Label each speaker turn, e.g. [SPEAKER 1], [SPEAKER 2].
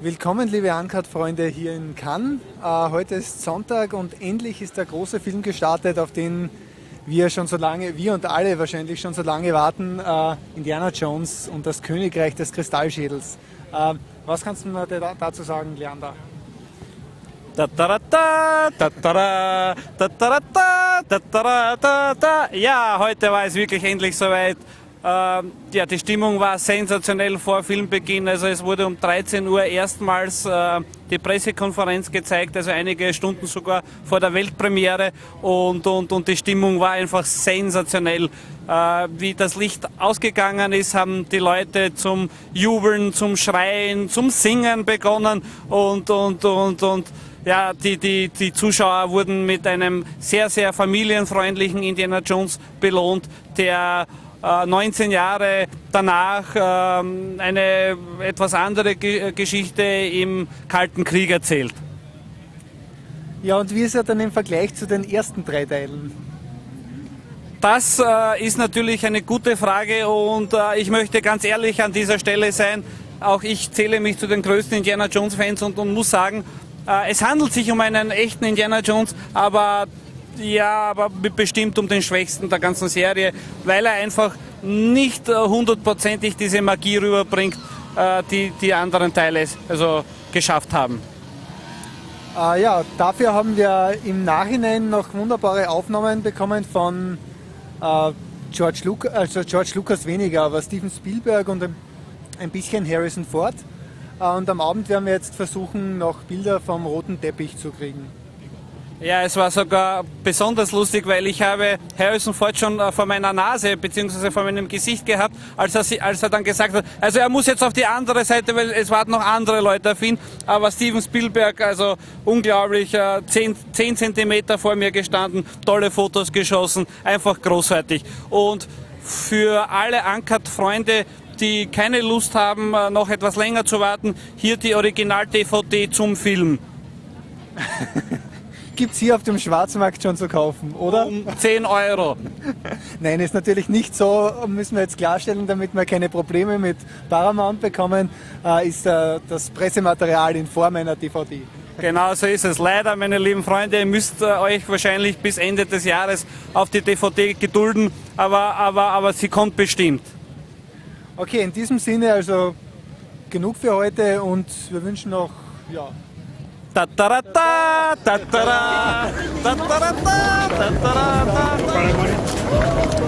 [SPEAKER 1] Willkommen, liebe Uncut-Freunde hier in Cannes. Äh, heute ist Sonntag und endlich ist der große Film gestartet, auf den wir schon so lange, wir und alle wahrscheinlich schon so lange warten. Äh, Indiana Jones und das Königreich des Kristallschädels. Äh, was kannst du mir da, dazu sagen, Leander?
[SPEAKER 2] Tatarata, tatara, tatarata, tatarata. Ja, heute war es wirklich endlich soweit. Ähm, ja, die Stimmung war sensationell vor Filmbeginn. Also es wurde um 13 Uhr erstmals äh, die Pressekonferenz gezeigt, also einige Stunden sogar vor der Weltpremiere. Und, und, und die Stimmung war einfach sensationell. Äh, wie das Licht ausgegangen ist, haben die Leute zum Jubeln, zum Schreien, zum Singen begonnen und, und, und, und ja, die, die, die Zuschauer wurden mit einem sehr, sehr familienfreundlichen Indiana Jones belohnt, der äh, 19 Jahre danach ähm, eine etwas andere Ge Geschichte im Kalten Krieg erzählt.
[SPEAKER 1] Ja, und wie ist er dann im Vergleich zu den ersten drei Teilen?
[SPEAKER 2] Das äh, ist natürlich eine gute Frage und äh, ich möchte ganz ehrlich an dieser Stelle sein. Auch ich zähle mich zu den größten Indiana Jones Fans und, und muss sagen, äh, es handelt sich um einen echten Indiana Jones, aber ja, aber bestimmt um den schwächsten der ganzen Serie, weil er einfach nicht äh, hundertprozentig diese Magie rüberbringt, äh, die die anderen Teile also geschafft haben.
[SPEAKER 1] Äh, ja, dafür haben wir im Nachhinein noch wunderbare Aufnahmen bekommen von äh, George, Luca, also George Lucas weniger, aber Steven Spielberg und ein- ein bisschen Harrison Ford. Äh, und am Abend werden wir jetzt versuchen, noch Bilder vom roten Teppich zu kriegen.
[SPEAKER 2] Ja, es war sogar besonders lustig, weil ich habe Harrison Ford schon äh, vor meiner Nase bzw. vor meinem Gesicht gehabt, als er, sie- als er dann gesagt hat, also er muss jetzt auf die andere Seite, weil es warten noch andere Leute auf ihn. Aber Steven Spielberg, also unglaublich, äh, 10, 10 Zentimeter vor mir gestanden, tolle Fotos geschossen, einfach großartig. Und für alle Uncut-Freunde, die keine Lust haben, äh, noch etwas länger zu warten, hier die Original-DVD zum Film.
[SPEAKER 1] Gibt es hier auf dem Schwarzmarkt schon zu kaufen, oder?
[SPEAKER 2] Um 10 Euro.
[SPEAKER 1] Nein, ist natürlich nicht so, müssen wir jetzt klarstellen, damit wir keine Probleme mit Paramount bekommen, äh, ist äh, das Pressematerial in Form einer DVD.
[SPEAKER 2] Genau so ist es. Leider, meine lieben Freunde, ihr müsst äh, euch wahrscheinlich bis Ende des Jahres auf die DVD gedulden, aber, aber, aber sie kommt bestimmt.
[SPEAKER 1] Okay, in diesem Sinne also genug für heute und wir wünschen noch, ja,
[SPEAKER 2] Tatarata, tatara, tatarata, tatarata.
[SPEAKER 3] Para morir.